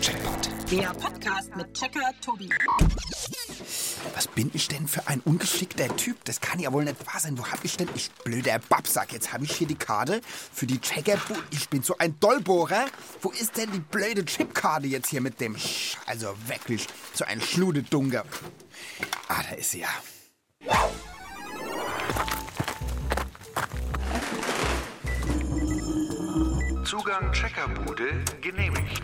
Checkpoint. Der Podcast mit Checker Tobi. Was bin ich denn für ein ungeschickter Typ? Das kann ja wohl nicht wahr sein. Wo hab ich denn? Ich blöder Babsack. Jetzt habe ich hier die Karte für die Checkerbude. Ich bin so ein Dollbohrer. Wo ist denn die blöde Chipkarte jetzt hier mit dem Sch Also wirklich, so ein Schludedunge. Ah, da ist sie ja. Zugang Checkerbude genehmigt.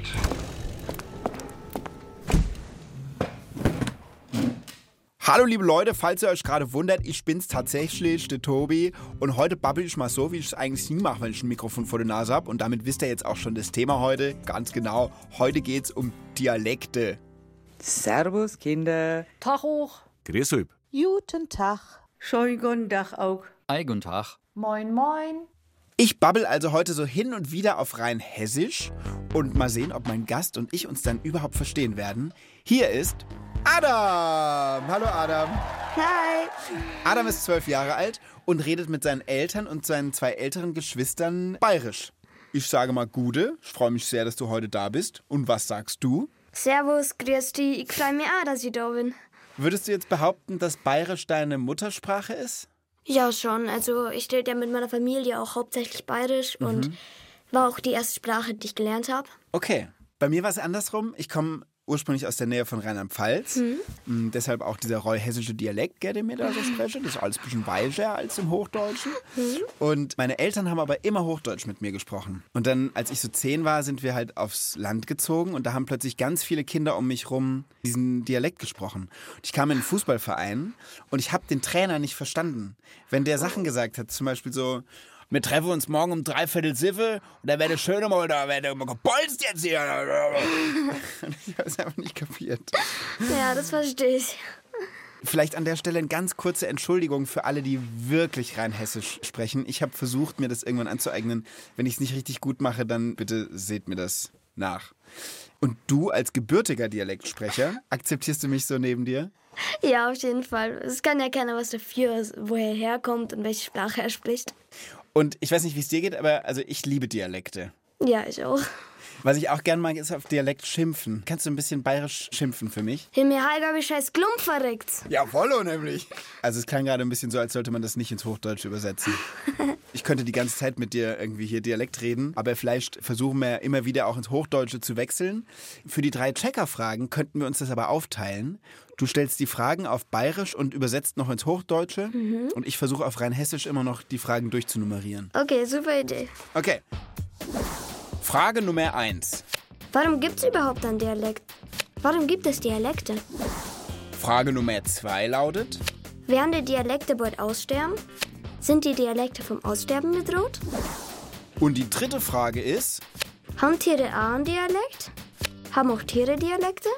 Hallo liebe Leute, falls ihr euch gerade wundert, ich bin's tatsächlich, der Tobi. Und heute babbel ich mal so, wie ich es eigentlich nie mache, wenn ich ein Mikrofon vor der Nase habe. Und damit wisst ihr jetzt auch schon das Thema heute. Ganz genau, heute geht's um Dialekte. Servus, Kinder. Tag hoch. Grüß euch. Guten Tag. Schönen Tag auch. Ei, guten Tag. Moin, moin. Ich babbel also heute so hin und wieder auf rein Hessisch und mal sehen, ob mein Gast und ich uns dann überhaupt verstehen werden. Hier ist Adam. Hallo Adam. Hi. Adam ist zwölf Jahre alt und redet mit seinen Eltern und seinen zwei älteren Geschwistern bayerisch. Ich sage mal Gude, ich freue mich sehr, dass du heute da bist. Und was sagst du? Servus, grüß dich. Ich freue mich auch, dass ich da bin. Würdest du jetzt behaupten, dass bayerisch deine Muttersprache ist? Ja, schon. Also ich rede ja mit meiner Familie auch hauptsächlich bayerisch und war auch die erste Sprache, die ich gelernt habe. Okay. Bei mir war es andersrum. Ich komme ursprünglich aus der Nähe von Rheinland-Pfalz. Mm, Deshalb auch dieser reuhessische Dialekt, gell, den wir da so sprechen. Das ist alles ein bisschen weicher als im Hochdeutschen. Und meine Eltern haben aber immer Hochdeutsch mit mir gesprochen. Und dann, als ich so zehn war, sind wir halt aufs Land gezogen und da haben plötzlich ganz viele Kinder um mich rum diesen Dialekt gesprochen. Und ich kam in einen Fußballverein und ich habe den Trainer nicht verstanden. Wenn der Sachen gesagt hat, zum Beispiel so, wir treffen uns morgen um dreiviertel Siffe und dann werde schön mal, da werde mal gebolzt jetzt hier. Und ich habe es einfach nicht kapiert. Ja, das verstehe ich. Vielleicht an der Stelle eine ganz kurze Entschuldigung für alle, die wirklich rein hessisch sprechen. Ich habe versucht, mir das irgendwann anzueignen. Wenn ich es nicht richtig gut mache, dann bitte seht mir das nach. Und du als gebürtiger Dialektsprecher, akzeptierst du mich so neben dir? Ja, auf jeden Fall. Es kann ja keiner was dafür, wo er herkommt und welche Sprache er spricht. Und ich weiß nicht, wie es dir geht, aber also ich liebe Dialekte. Ja, ich auch. Was ich auch gern mag, ist auf Dialekt schimpfen. Kannst du ein bisschen bayerisch schimpfen für mich? Himmel, halber, wie halt, scheiß Klump verreckt. Ja, Vollo nämlich. Also es klang gerade ein bisschen so, als sollte man das nicht ins Hochdeutsche übersetzen. Ich könnte die ganze Zeit mit dir irgendwie hier Dialekt reden, aber vielleicht versuchen wir immer wieder auch ins Hochdeutsche zu wechseln. Für die drei Checker-Fragen könnten wir uns das aber aufteilen. Du stellst die Fragen auf Bayerisch und übersetzt noch ins Hochdeutsche und ich versuche auf Rheinhessisch immer noch die Fragen durchzunummerieren. Okay, super Idee. Okay. Frage Nummer eins. Warum gibt's überhaupt einen Dialekt? Warum gibt es Dialekte? Frage Nummer zwei lautet. Werden die Dialekte bald aussterben? Sind die Dialekte vom Aussterben bedroht? Und die dritte Frage ist. Haben Tiere auch einen Dialekt? Haben auch Tiere Dialekte?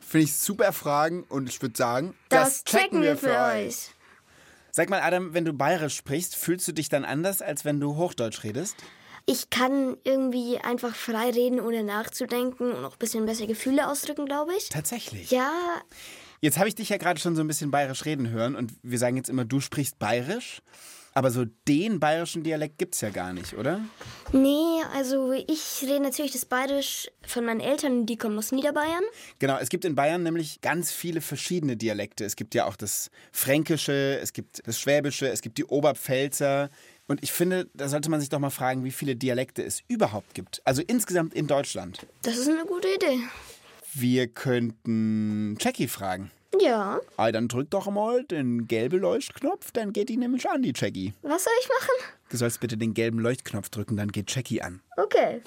Finde ich super Fragen und ich würde sagen, Sag mal, Adam, wenn du bayerisch sprichst, fühlst du dich dann anders, als wenn du Hochdeutsch redest? Ich kann irgendwie einfach frei reden, ohne nachzudenken und auch ein bisschen besser Gefühle ausdrücken, glaube ich. Tatsächlich. Ja, Jetzt habe ich dich ja gerade schon so ein bisschen bayerisch reden hören und wir sagen jetzt immer, du sprichst bayerisch. Aber so den bayerischen Dialekt gibt es ja gar nicht, oder? nee, also ich rede natürlich das Bayerisch von meinen Eltern, die kommen aus Niederbayern. Genau, es gibt in Bayern nämlich ganz viele verschiedene Dialekte. Es gibt ja auch das Fränkische, es gibt das Schwäbische, es gibt die Oberpfälzer. Und ich finde, da sollte man sich doch mal fragen, wie viele Dialekte es überhaupt gibt. Also insgesamt in Deutschland. Das ist eine gute Idee. Wir könnten Jackie fragen. Ja, Ah, dann drück doch mal den gelben Leuchtknopf, dann geht die nämlich an, die Jackie. was soll ich machen? Du sollst bitte den gelben Leuchtknopf drücken, dann geht Jackie an. Okay.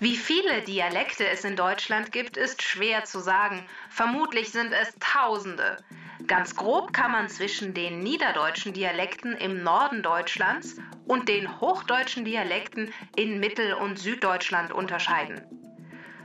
Wie viele Dialekte es in Deutschland gibt, ist schwer zu sagen. Vermutlich sind es Tausende. Ganz grob kann man zwischen den niederdeutschen Dialekten im Norden Deutschlands und den hochdeutschen Dialekten in Mittel- und Süddeutschland unterscheiden.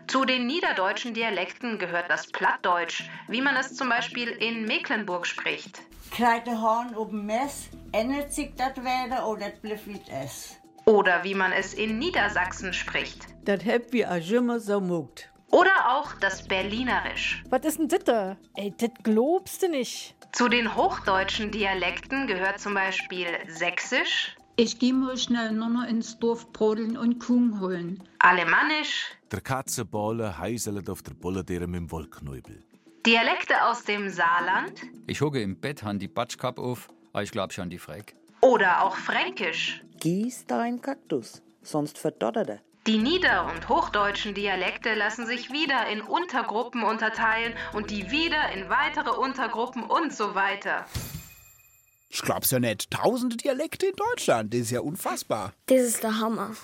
Zu den niederdeutschen Dialekten gehört das Plattdeutsch, wie man es zum Beispiel in Mecklenburg spricht. Kreite Horn oben Mess, ändert sich das Wetter oder das bleibt wie es. oder wie man es in Niedersachsen spricht. Das habt wir auch immer so muckt. Oder auch das Berlinerisch. Was ist denn das da? Ey, das globst du nicht. Zu den hochdeutschen Dialekten gehört zum Beispiel Sächsisch, Ich gehe mal schnell nur noch ins Dorf brodeln und Kuhn holen. Alemannisch, Der Katzenballe heiselt auf der Bolladere mit dem Wollknäubel. Dialekte aus dem Saarland Ich hocke im Bett, han die Batschkap auf, aber ich glaub schon die Freck. oder auch Fränkisch. Gieß da ein Kaktus, sonst verdottert er. Die nieder- und hochdeutschen Dialekte lassen sich wieder in Untergruppen unterteilen und die wieder in weitere Untergruppen und so weiter. Ich glaub's ja nicht. Tausende Dialekte in Deutschland. Das ist ja unfassbar. Das ist der Hammer.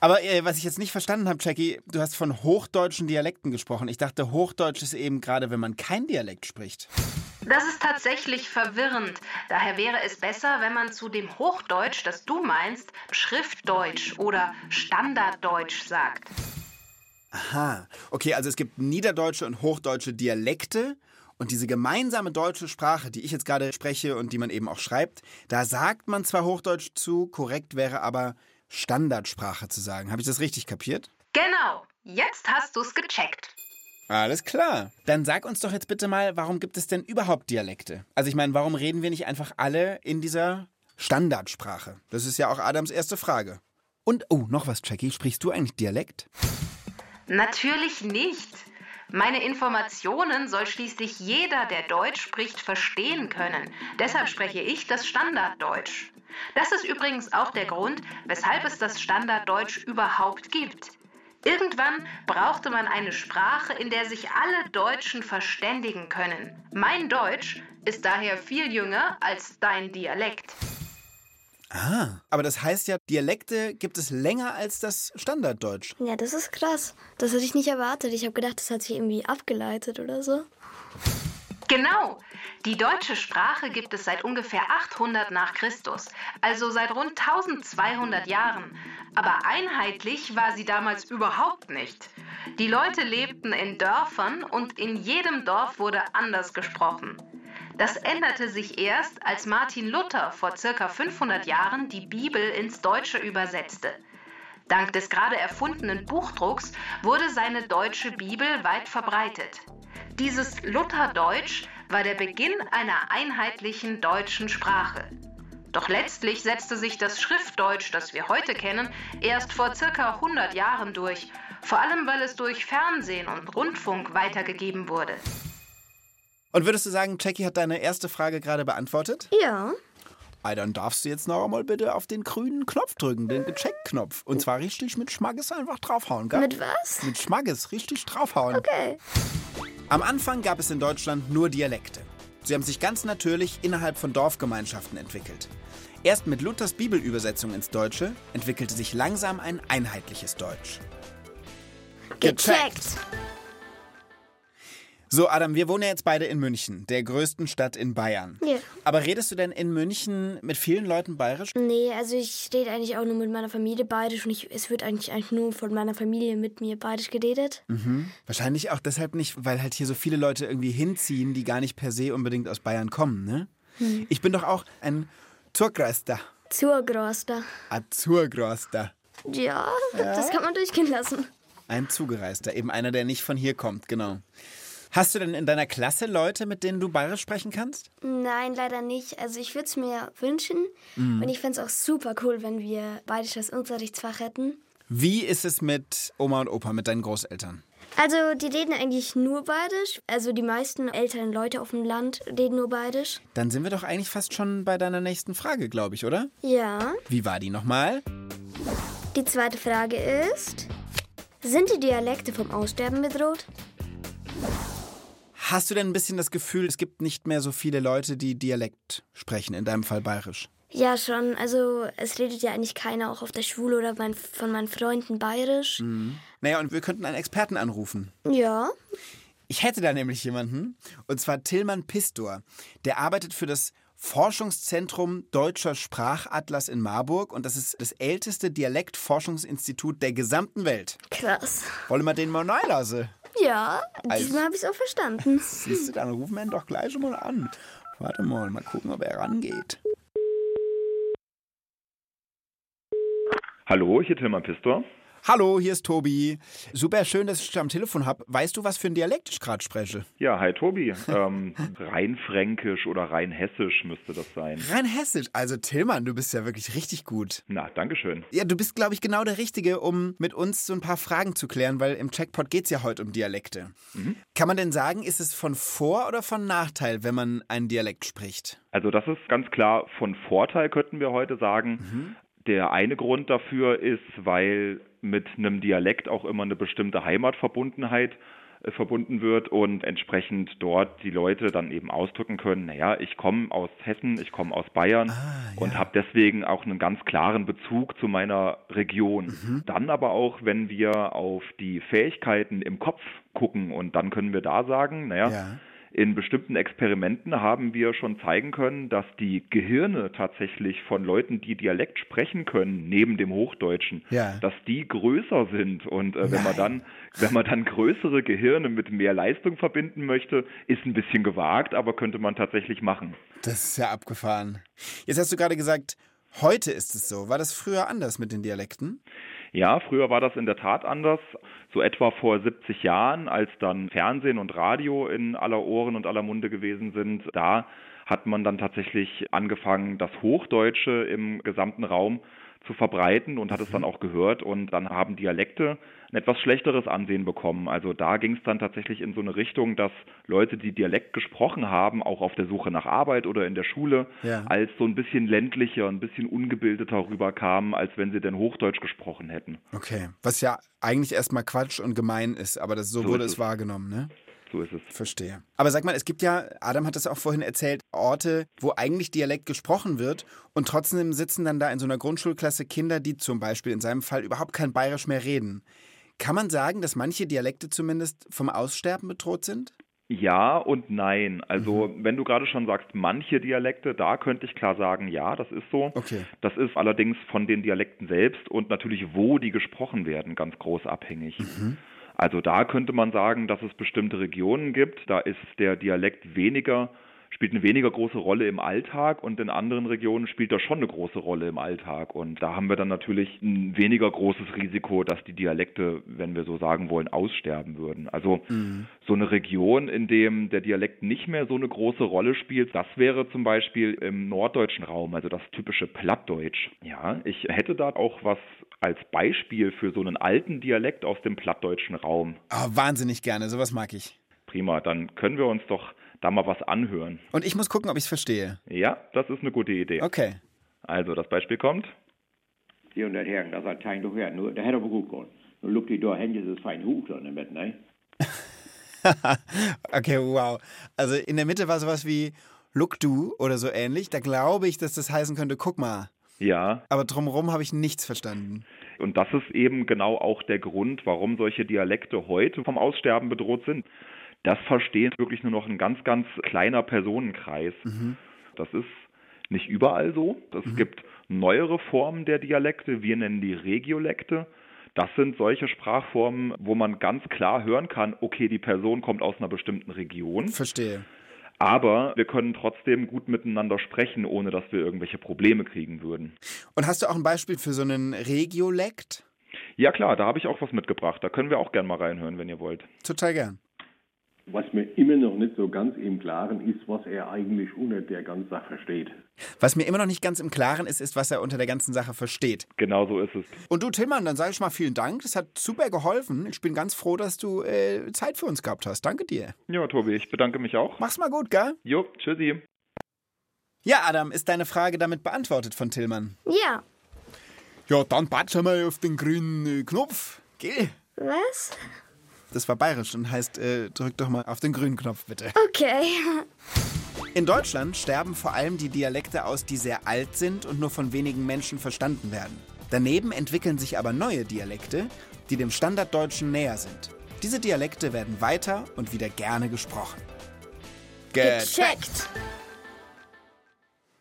Aber äh, was ich jetzt nicht verstanden habe, Jackie, du hast von hochdeutschen Dialekten gesprochen. Ich dachte, Hochdeutsch ist eben gerade, wenn man kein Dialekt spricht. Das ist tatsächlich verwirrend. Daher wäre es besser, wenn man zu dem Hochdeutsch, das du meinst, Schriftdeutsch oder Standarddeutsch sagt. Aha. Okay, also es gibt niederdeutsche und hochdeutsche Dialekte. Und diese gemeinsame deutsche Sprache, die ich jetzt gerade spreche und die man eben auch schreibt, da sagt man zwar Hochdeutsch zu, korrekt wäre aber Standardsprache zu sagen. Habe ich das richtig kapiert? Genau, jetzt hast du's gecheckt. Alles klar. Dann sag uns doch jetzt bitte mal, warum gibt es denn überhaupt Dialekte? Also ich meine, warum reden wir nicht einfach alle in dieser Standardsprache? Das ist ja auch Adams erste Frage. Und, oh, noch was, Jackie. Sprichst du eigentlich Dialekt? Natürlich nicht. Meine Informationen soll schließlich jeder, der Deutsch spricht, verstehen können. Deshalb spreche ich das Standarddeutsch. Das ist übrigens auch der Grund, weshalb es das Standarddeutsch überhaupt gibt. Irgendwann brauchte man eine Sprache, in der sich alle Deutschen verständigen können. Mein Deutsch ist daher viel jünger als dein Dialekt. Ah. Aber das heißt ja, Dialekte gibt es länger als das Standarddeutsch. Ja, das ist krass. Das hätte ich nicht erwartet. Ich habe gedacht, das hat sich irgendwie abgeleitet oder so. Genau. Die deutsche Sprache gibt es seit ungefähr 800 nach Christus, also seit rund 1200 Jahren. Aber einheitlich war sie damals überhaupt nicht. Die Leute lebten in Dörfern und in jedem Dorf wurde anders gesprochen. Das änderte sich erst, als Martin Luther vor circa 500 Jahren die Bibel ins Deutsche übersetzte. Dank des gerade erfundenen Buchdrucks wurde seine deutsche Bibel weit verbreitet. Dieses Lutherdeutsch war der Beginn einer einheitlichen deutschen Sprache. Doch letztlich setzte sich das Schriftdeutsch, das wir heute kennen, erst vor circa 100 Jahren durch, vor allem weil es durch Fernsehen und Rundfunk weitergegeben wurde. Und würdest du sagen, Jackie hat deine erste Frage gerade beantwortet? Ja. Ah, dann darfst du jetzt noch einmal bitte auf den grünen Knopf drücken, den Check-Knopf. Und zwar richtig mit Schmackes einfach draufhauen, gell? Mit was? Mit Schmackes, richtig draufhauen. Okay. Am Anfang gab es in Deutschland nur Dialekte. Sie haben sich ganz natürlich innerhalb von Dorfgemeinschaften entwickelt. Erst mit Luthers Bibelübersetzung ins Deutsche entwickelte sich langsam ein einheitliches Deutsch. Gecheckt. So, Adam, wir wohnen ja jetzt beide in München, der größten Stadt in Bayern. Ja. Aber redest du denn in München mit vielen Leuten bayerisch? Nee, also ich rede eigentlich auch nur mit meiner Familie beidisch und ich, es wird eigentlich, eigentlich nur von meiner Familie mit mir beidisch geredet. Mhm. Wahrscheinlich auch deshalb nicht, weil halt hier so viele Leute irgendwie hinziehen, die gar nicht per se unbedingt aus Bayern kommen, ne? Hm. Ich bin doch auch ein Zurgröster. Zur Großter. Ein Zurgröster. Ja, das kann man durchgehen lassen. Ein Zugereister, eben einer, der nicht von hier kommt, genau. Hast du denn in deiner Klasse Leute, mit denen du bayerisch sprechen kannst? Nein, leider nicht. Also ich würde es mir wünschen Mhm. und ich fände es auch super cool, wenn wir beidisch das Unterrichtsfach hätten. Wie ist es mit Oma und Opa, mit deinen Großeltern? Also die reden eigentlich nur beidisch. Also die meisten älteren Leute auf dem Land reden nur beidisch. Dann sind wir doch eigentlich fast schon bei deiner nächsten Frage, glaube ich, oder? Ja. Wie war die nochmal? Die zweite Frage ist, sind die Dialekte vom Aussterben bedroht? Hast du denn ein bisschen das Gefühl, es gibt nicht mehr so viele Leute, die Dialekt sprechen, in deinem Fall bayerisch? Ja, schon. Also es redet ja eigentlich keiner, auch auf der Schule oder mein, von meinen Freunden bayerisch. Mhm. Naja, und wir könnten einen Experten anrufen. Ja. Ich hätte da nämlich jemanden, und zwar Tillmann Pistor. Der arbeitet für das Forschungszentrum Deutscher Sprachatlas in Marburg und das ist das älteste Dialektforschungsinstitut der gesamten Welt. Krass. Wollen wir den mal reinlassen? Ja, Also- diesmal habe ich es auch verstanden. Siehst du, dann rufen wir ihn doch gleich mal an. Warte mal, mal gucken, ob er rangeht. Hallo, hier Tilman Pistor. Hallo, hier ist Tobi. Super schön, dass ich dich am Telefon habe. Weißt du, was für ein Dialekt ich gerade spreche? Ja, hi Tobi. Ähm, Rheinfränkisch oder Rheinhessisch müsste das sein. Rein hessisch. Also Tillmann, du bist ja wirklich richtig gut. Na, Dankeschön. Ja, du bist, glaube ich, genau der Richtige, um mit uns so ein paar Fragen zu klären, weil im Checkpot geht es ja heute um Dialekte. Mhm. Kann man denn sagen, ist es von Vor- oder von Nachteil, wenn man einen Dialekt spricht? Also das ist ganz klar von Vorteil, könnten wir heute sagen. Der eine Grund dafür ist, weil mit einem Dialekt auch immer eine bestimmte Heimatverbundenheit äh, verbunden wird und entsprechend dort die Leute dann eben ausdrücken können, naja, ich komme aus Hessen, ich komme aus Bayern Ah, und habe deswegen auch einen ganz klaren Bezug zu meiner Region. Dann aber auch, wenn wir auf die Fähigkeiten im Kopf gucken und dann können wir da sagen, naja, Ja. in bestimmten Experimenten haben wir schon zeigen können, dass die Gehirne tatsächlich von Leuten, die Dialekt sprechen können, neben dem Hochdeutschen, Ja. dass die größer sind. Und äh, wenn man dann, wenn man dann größere Gehirne mit mehr Leistung verbinden möchte, ist ein bisschen gewagt, aber könnte man tatsächlich machen. Das ist ja abgefahren. Jetzt hast du gerade gesagt, heute ist es so. War das früher anders mit den Dialekten? Ja, früher war das in der Tat anders. So etwa vor 70 Jahren, als dann Fernsehen und Radio in aller Ohren und aller Munde gewesen sind, da hat man dann tatsächlich angefangen, das Hochdeutsche im gesamten Raum zu verbreiten und hat es dann auch gehört. Und dann haben Dialekte ein etwas schlechteres Ansehen bekommen. Also da ging es dann tatsächlich in so eine Richtung, dass Leute, die Dialekt gesprochen haben, auch auf der Suche nach Arbeit oder in der Schule, Ja. als so ein bisschen ländlicher, ein bisschen ungebildeter rüberkamen, als wenn sie denn Hochdeutsch gesprochen hätten. Okay. Was ja eigentlich erstmal Quatsch und gemein ist, aber das, so, So wurde ist es es. wahrgenommen, ne? So ist es. Verstehe. Aber sag mal, es gibt ja, Adam hat das auch vorhin erzählt, Orte, wo eigentlich Dialekt gesprochen wird und trotzdem sitzen dann da in so einer Grundschulklasse Kinder, die zum Beispiel in seinem Fall überhaupt kein Bayerisch mehr reden. Kann man sagen, dass manche Dialekte zumindest vom Aussterben bedroht sind? Ja und nein. Also wenn du gerade schon sagst, manche Dialekte, da könnte ich klar sagen, ja, das ist so. Okay. Das ist allerdings von den Dialekten selbst und natürlich, wo die gesprochen werden, ganz groß abhängig. Also da könnte man sagen, dass es bestimmte Regionen gibt, da ist der Dialekt weniger, spielt eine weniger große Rolle im Alltag und in anderen Regionen spielt er schon eine große Rolle im Alltag. Und da haben wir dann natürlich ein weniger großes Risiko, dass die Dialekte, wenn wir so sagen wollen, aussterben würden. Also so eine Region, in dem der Dialekt nicht mehr so eine große Rolle spielt, das wäre zum Beispiel im norddeutschen Raum, also das typische Plattdeutsch. Ja, ich hätte da auch was als Beispiel für so einen alten Dialekt aus dem plattdeutschen Raum. Ah, wahnsinnig gerne, sowas mag ich. Prima, dann können wir uns doch da mal was anhören. Und ich muss gucken, ob ich es verstehe. Ja, das ist eine gute Idee. Okay. Also, das Beispiel kommt. Det under her, der så tænkte du her, nu, det her er på god grund. Nu lugter det, der hentes et fejl hus under med den, ikke? Okay, wow. Also in der Mitte war sowas wie Look du oder so ähnlich. Da glaube ich, dass das heißen könnte, guck mal. Ja, Aber drumherum habe ich nichts verstanden. Und das ist eben genau auch der Grund, warum solche Dialekte heute vom Aussterben bedroht sind. Das versteht wirklich nur noch ein ganz, ganz kleiner Personenkreis. Das ist nicht überall so. Es gibt neuere Formen der Dialekte. Wir nennen die Regiolekte. Das sind solche Sprachformen, wo man ganz klar hören kann, okay, die Person kommt aus einer bestimmten Region. Verstehe. Aber wir können trotzdem gut miteinander sprechen, ohne dass wir irgendwelche Probleme kriegen würden. Und hast du auch ein Beispiel für so einen Regiolekt? Ja klar, da habe ich auch was mitgebracht. Da können wir auch gerne mal reinhören, wenn ihr wollt. Total gern. Was mir immer noch nicht so ganz im Klaren ist, was er eigentlich unter der ganzen Sache versteht. Was mir immer noch nicht ganz im Klaren ist, ist, was er unter der ganzen Sache versteht. Genau so ist es. Und du, Tillmann, dann sage ich mal vielen Dank. Das hat super geholfen. Ich bin ganz froh, dass du äh, Zeit für uns gehabt hast. Danke dir. Ja, Tobi, ich bedanke mich auch. Mach's mal gut, gell? Jo, tschüssi. Ja, Adam, ist deine Frage damit beantwortet von Tillmann? Ja. Ja, dann batschen wir auf den grünen äh, Knopf. Geh. Was? Das war bayerisch und heißt, äh, drück doch mal auf den grünen Knopf, bitte. Okay. In Deutschland sterben vor allem die Dialekte aus, die sehr alt sind und nur von wenigen Menschen verstanden werden. Daneben entwickeln sich aber neue Dialekte, die dem Standarddeutschen näher sind. Diese Dialekte werden weiter und wieder gerne gesprochen. Äh, Gecheckt.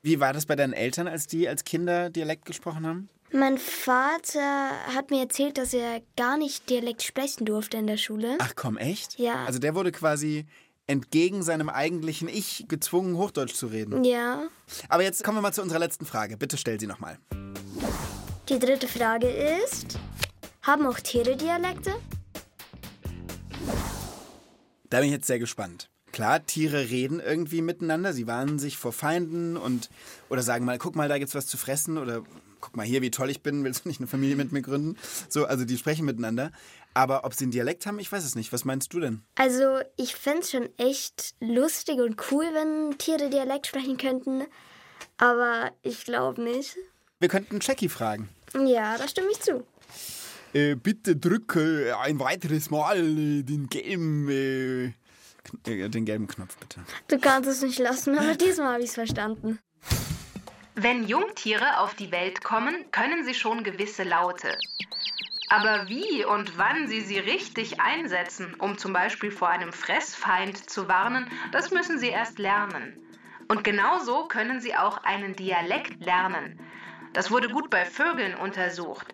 Wie war das bei deinen Eltern, als die als Kinder Dialekt gesprochen haben? Mein Vater hat mir erzählt, dass er gar nicht Dialekt sprechen durfte in der Schule. Ach komm, echt? Ja. Also der wurde quasi entgegen seinem eigentlichen Ich gezwungen, Hochdeutsch zu reden. Ja. Aber jetzt kommen wir mal zu unserer letzten Frage. Bitte stell sie nochmal. Die dritte Frage ist, Haben auch Tiere Dialekte? Da bin ich jetzt sehr gespannt. Klar, Tiere reden irgendwie miteinander, sie warnen sich vor Feinden und oder sagen mal, guck mal, da gibt's was zu fressen oder guck mal hier, wie toll ich bin, willst du nicht eine Familie mit mir gründen? So, also die sprechen miteinander. Aber ob sie einen Dialekt haben, ich weiß es nicht. Was meinst du denn? Also, ich fände es schon echt lustig und cool, wenn Tiere Dialekt sprechen könnten. Aber ich glaube nicht. Wir könnten Jackie fragen. Ja, da stimme ich zu. Äh, bitte drücke ein weiteres Mal äh, den gelben, äh, Kn- äh, den gelben Knopf, bitte. Du kannst es nicht lassen, aber diesmal habe ich es verstanden. Wenn Jungtiere auf die Welt kommen, können sie schon gewisse Laute. Aber wie und wann sie sie richtig einsetzen, um zum Beispiel vor einem Fressfeind zu warnen, das müssen sie erst lernen. Und genauso können sie auch einen Dialekt lernen. Das wurde gut bei Vögeln untersucht.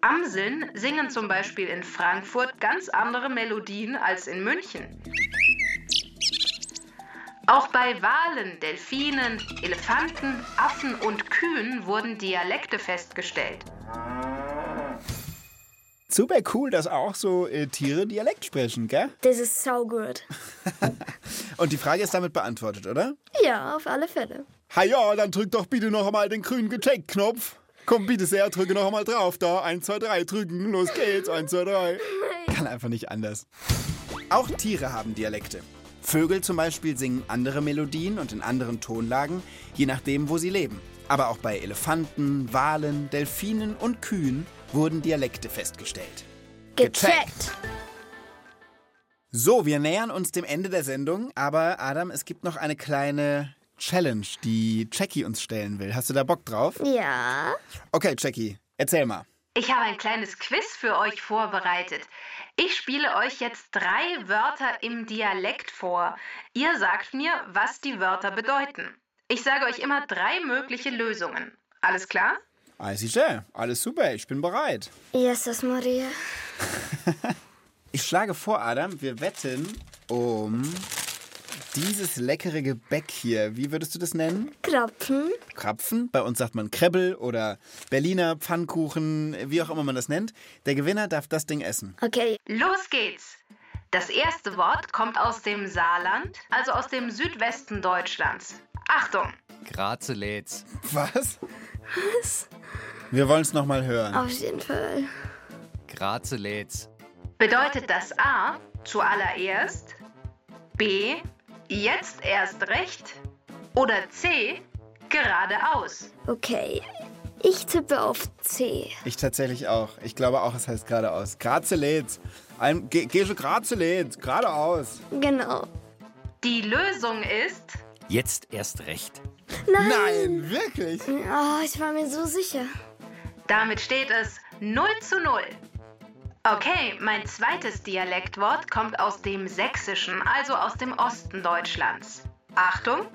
Amseln singen zum Beispiel in Frankfurt ganz andere Melodien als in München. Auch bei Walen, Delfinen, Elefanten, Affen und Kühen wurden Dialekte festgestellt. Super cool, dass auch so äh, Tiere Dialekt sprechen, gell? Das ist so gut. Und die Frage ist damit beantwortet, oder? Ja, auf alle Fälle. Ha ja, dann drück doch bitte noch einmal den grünen Gecheck-Knopf. Komm bitte sehr, drücke noch einmal drauf da. 1, 2, 3, drücken. Los geht's. 1, 2, 3. Kann einfach nicht anders. Auch Tiere haben Dialekte. Vögel zum Beispiel singen andere Melodien und in anderen Tonlagen, je nachdem, wo sie leben. Aber auch bei Elefanten, Walen, Delfinen und Kühen wurden Dialekte festgestellt. Gecheckt. So, wir nähern uns dem Ende der Sendung, aber Adam, es gibt noch eine kleine Challenge, die Jackie uns stellen will. Hast du da Bock drauf? Ja. Okay, Jackie, erzähl mal. Ich habe ein kleines Quiz für euch vorbereitet. Ich spiele euch jetzt drei Wörter im Dialekt vor. Ihr sagt mir, was die Wörter bedeuten. Ich sage euch immer drei mögliche Lösungen. Alles klar? Alles sicher, alles super, ich bin bereit. Jesus Maria. Ich schlage vor, Adam, wir wetten um dieses leckere Gebäck hier. Wie würdest du das nennen? Krapfen. Krapfen. Bei uns sagt man Krebbel oder Berliner Pfannkuchen, wie auch immer man das nennt. Der Gewinner darf das Ding essen. Okay. Los geht's! Das erste Wort kommt aus dem Saarland, also aus dem Südwesten Deutschlands. Achtung! Grazeläts. Was? Wir wollen es nochmal hören. Auf jeden Fall. Grazeläts. Bedeutet das A zuallererst, B jetzt erst recht oder C geradeaus? Okay. Ich tippe auf C. Ich tatsächlich auch. Ich glaube auch, es heißt geradeaus. Grazeläts. Ein Ge Gesche Grazeläts. Geradeaus. Genau. Die Lösung ist Jetzt erst recht. Nein. Nein, wirklich? Oh, ich war mir so sicher. Damit steht es 0 zu 0. Okay, mein zweites Dialektwort kommt aus dem Sächsischen, also aus dem Osten Deutschlands. Achtung,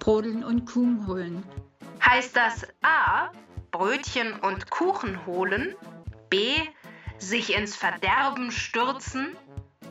Brodeln und Kuhn holen. heißt das A, Brötchen und Kuchen holen, B, sich ins Verderben stürzen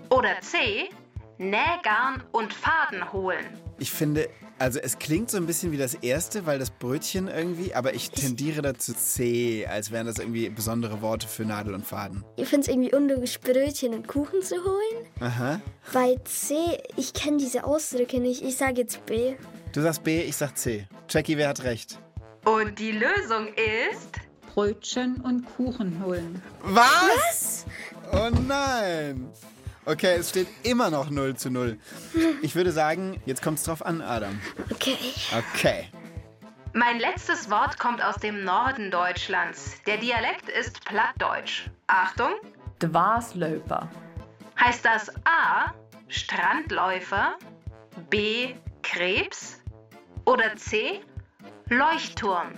oder C, Nähgarn und Faden holen. Ich finde, also es klingt so ein bisschen wie das erste, weil das Brötchen irgendwie, aber ich tendiere dazu C, als wären das irgendwie besondere Worte für Nadel und Faden. Ich finde es irgendwie unlogisch, Brötchen und Kuchen zu holen. Aha. Bei C, ich kenne diese Ausdrücke nicht. Ich sage jetzt B. Du sagst B, ich sag C. Jackie, wer hat recht? Und die Lösung ist Brötchen und Kuchen holen. Was? Oh nein. Okay, es steht immer noch 0 zu 0. Ich würde sagen, jetzt kommt es drauf an, Adam. Okay. Okay. Mein letztes Wort kommt aus dem Norden Deutschlands. Der Dialekt ist Plattdeutsch. Achtung, Dwarslöper. heißt das A Strandläufer, B Krebs oder C Leuchtturm.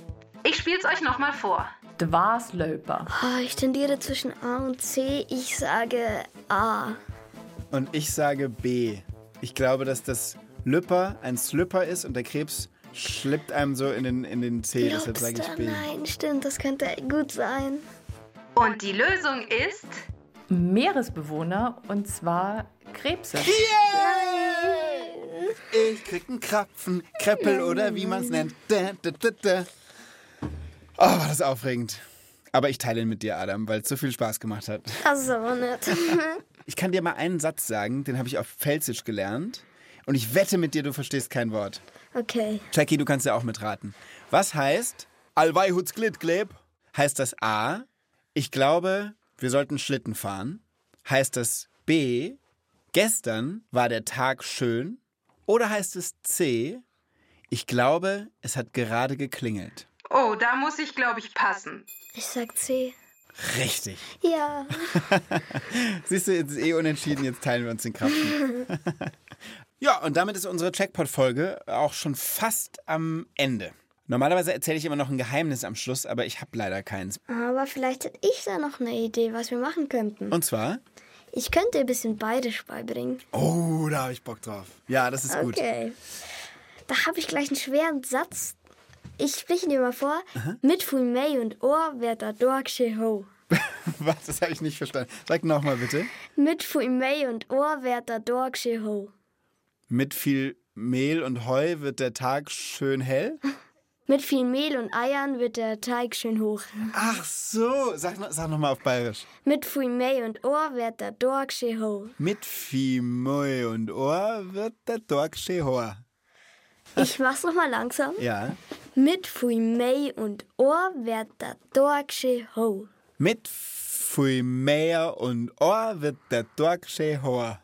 Ich spiel's euch nochmal vor. Dwarslöper. Ah, ich tendiere zwischen A und C. Ich sage A. Und ich sage B. Ich glaube, dass das Lüpper ein Slipper ist und der Krebs schlippt einem so in den, in den C. Deshalb sage ich Lobster? B. Nein, stimmt, das könnte gut sein. Und die Lösung ist Meeresbewohner und zwar Krebse. Ich krieg einen Krapfen, Kreppel oder wie man es nennt. Da, da, da, da. Oh, war das aufregend. Aber ich teile ihn mit dir, Adam, weil es so viel Spaß gemacht hat. Das ist aber nett. Ich kann dir mal einen Satz sagen, den habe ich auf Pfälzisch gelernt. Und ich wette mit dir, du verstehst kein Wort. Okay. Jackie, du kannst ja auch mitraten. Was heißt Alwei huts glit gleb? Heißt das A, ich glaube, wir sollten Schlitten fahren? Heißt das B, gestern war der Tag schön? Oder heißt es C, ich glaube, es hat gerade geklingelt? Oh, da muss ich, glaube ich, passen. Ich sag C. Richtig. Ja. Siehst du, jetzt ist eh unentschieden, jetzt teilen wir uns den Krapfen. ja, und damit ist unsere Checkpot-Folge auch schon fast am Ende. Normalerweise erzähle ich immer noch ein Geheimnis am Schluss, aber ich habe leider keins. Aber vielleicht hätte ich da noch eine Idee, was wir machen könnten. Und zwar? Ich könnte ein bisschen Bayerisch beibringen. Oh, da habe ich Bock drauf. Ja, das ist gut. Okay. Da habe ich gleich einen schweren Satz. Ich spreche dir mal vor. Mit Full May und Ohr wird der Dork ho. Was? Das habe ich nicht verstanden. Sag nochmal bitte. Mit Full May und Ohr wird der Dork ho. Mit viel Mehl und Heu wird der Tag schön hell. Mit viel Mehl und Eiern wird der Teig schön hoch. Ach so, sag, no- sag nochmal auf Bayerisch. Mit Full May und Ohr wird der Dork ho. Mit viel Mehl und Ohr wird der Dork schön hoher. Ich mach's nochmal langsam. Ja. Mit Full May und Ohr wird der Dork ho. Mit viel Mehl und Ohr wird der Dork schön hoher.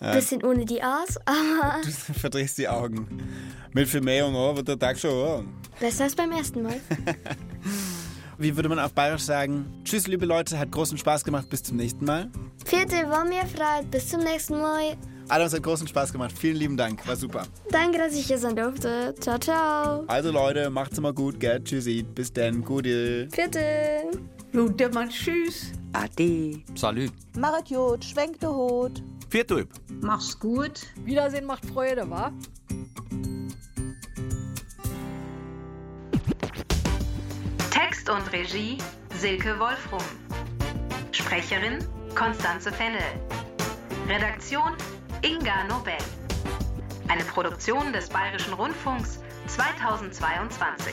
Ja, Bisschen ohne die A's, aber du verdrehst die Augen. Mit viel Mehl und Ohr wird der Tag schön hoher. besser als beim ersten Mal. Wie würde man auf Bayerisch sagen? Tschüss, liebe Leute, hat großen Spaß gemacht. Bis zum nächsten Mal. Vierte war mir freut. Bis zum nächsten Mal. Adam, es hat großen Spaß gemacht. Vielen lieben Dank. War super. Danke, dass ich hier sein durfte. Ciao, ciao. Also Leute, macht's immer gut, gell? Tschüssi. Bis dann. Gute. Vierte. Gute Mann, tschüss. Ade. Salü. Machet Jod, schwenkt de Hut. Viertüb. Mach's gut. Wiedersehen macht Freude, wa? Text und Regie Silke Wolfrum. Sprecherin Konstanze Fennel. Redaktion Inga Nobel. Eine Produktion des Bayerischen Rundfunks 2022.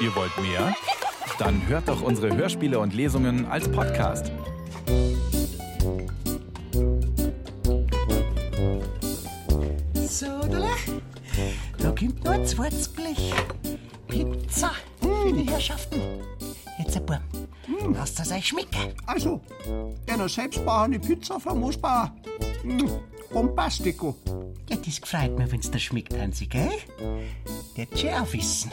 Ihr wollt mehr? Dann hört doch unsere Hörspiele und Lesungen als Podcast. So, da kommt noch ein zweites Blech. Pizza für die Herrschaften. Jetzt ein Bub. Lasst das euch schmecken. Also, eine selbstbauende Pizza vom Mosbauer. Mm, Bombastico. Ja, das freut mich, wenn's dir schmeckt, Hansi, gell? Der schon auch wissen.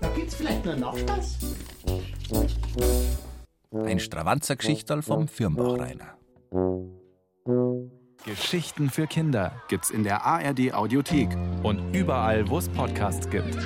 Da gibt's vielleicht noch einen Nachspeis. Ein Stravanzer Geschichterl vom Firnbach-Rainer. Geschichten für Kinder gibt's in der ARD Audiothek und überall, wo es Podcasts gibt.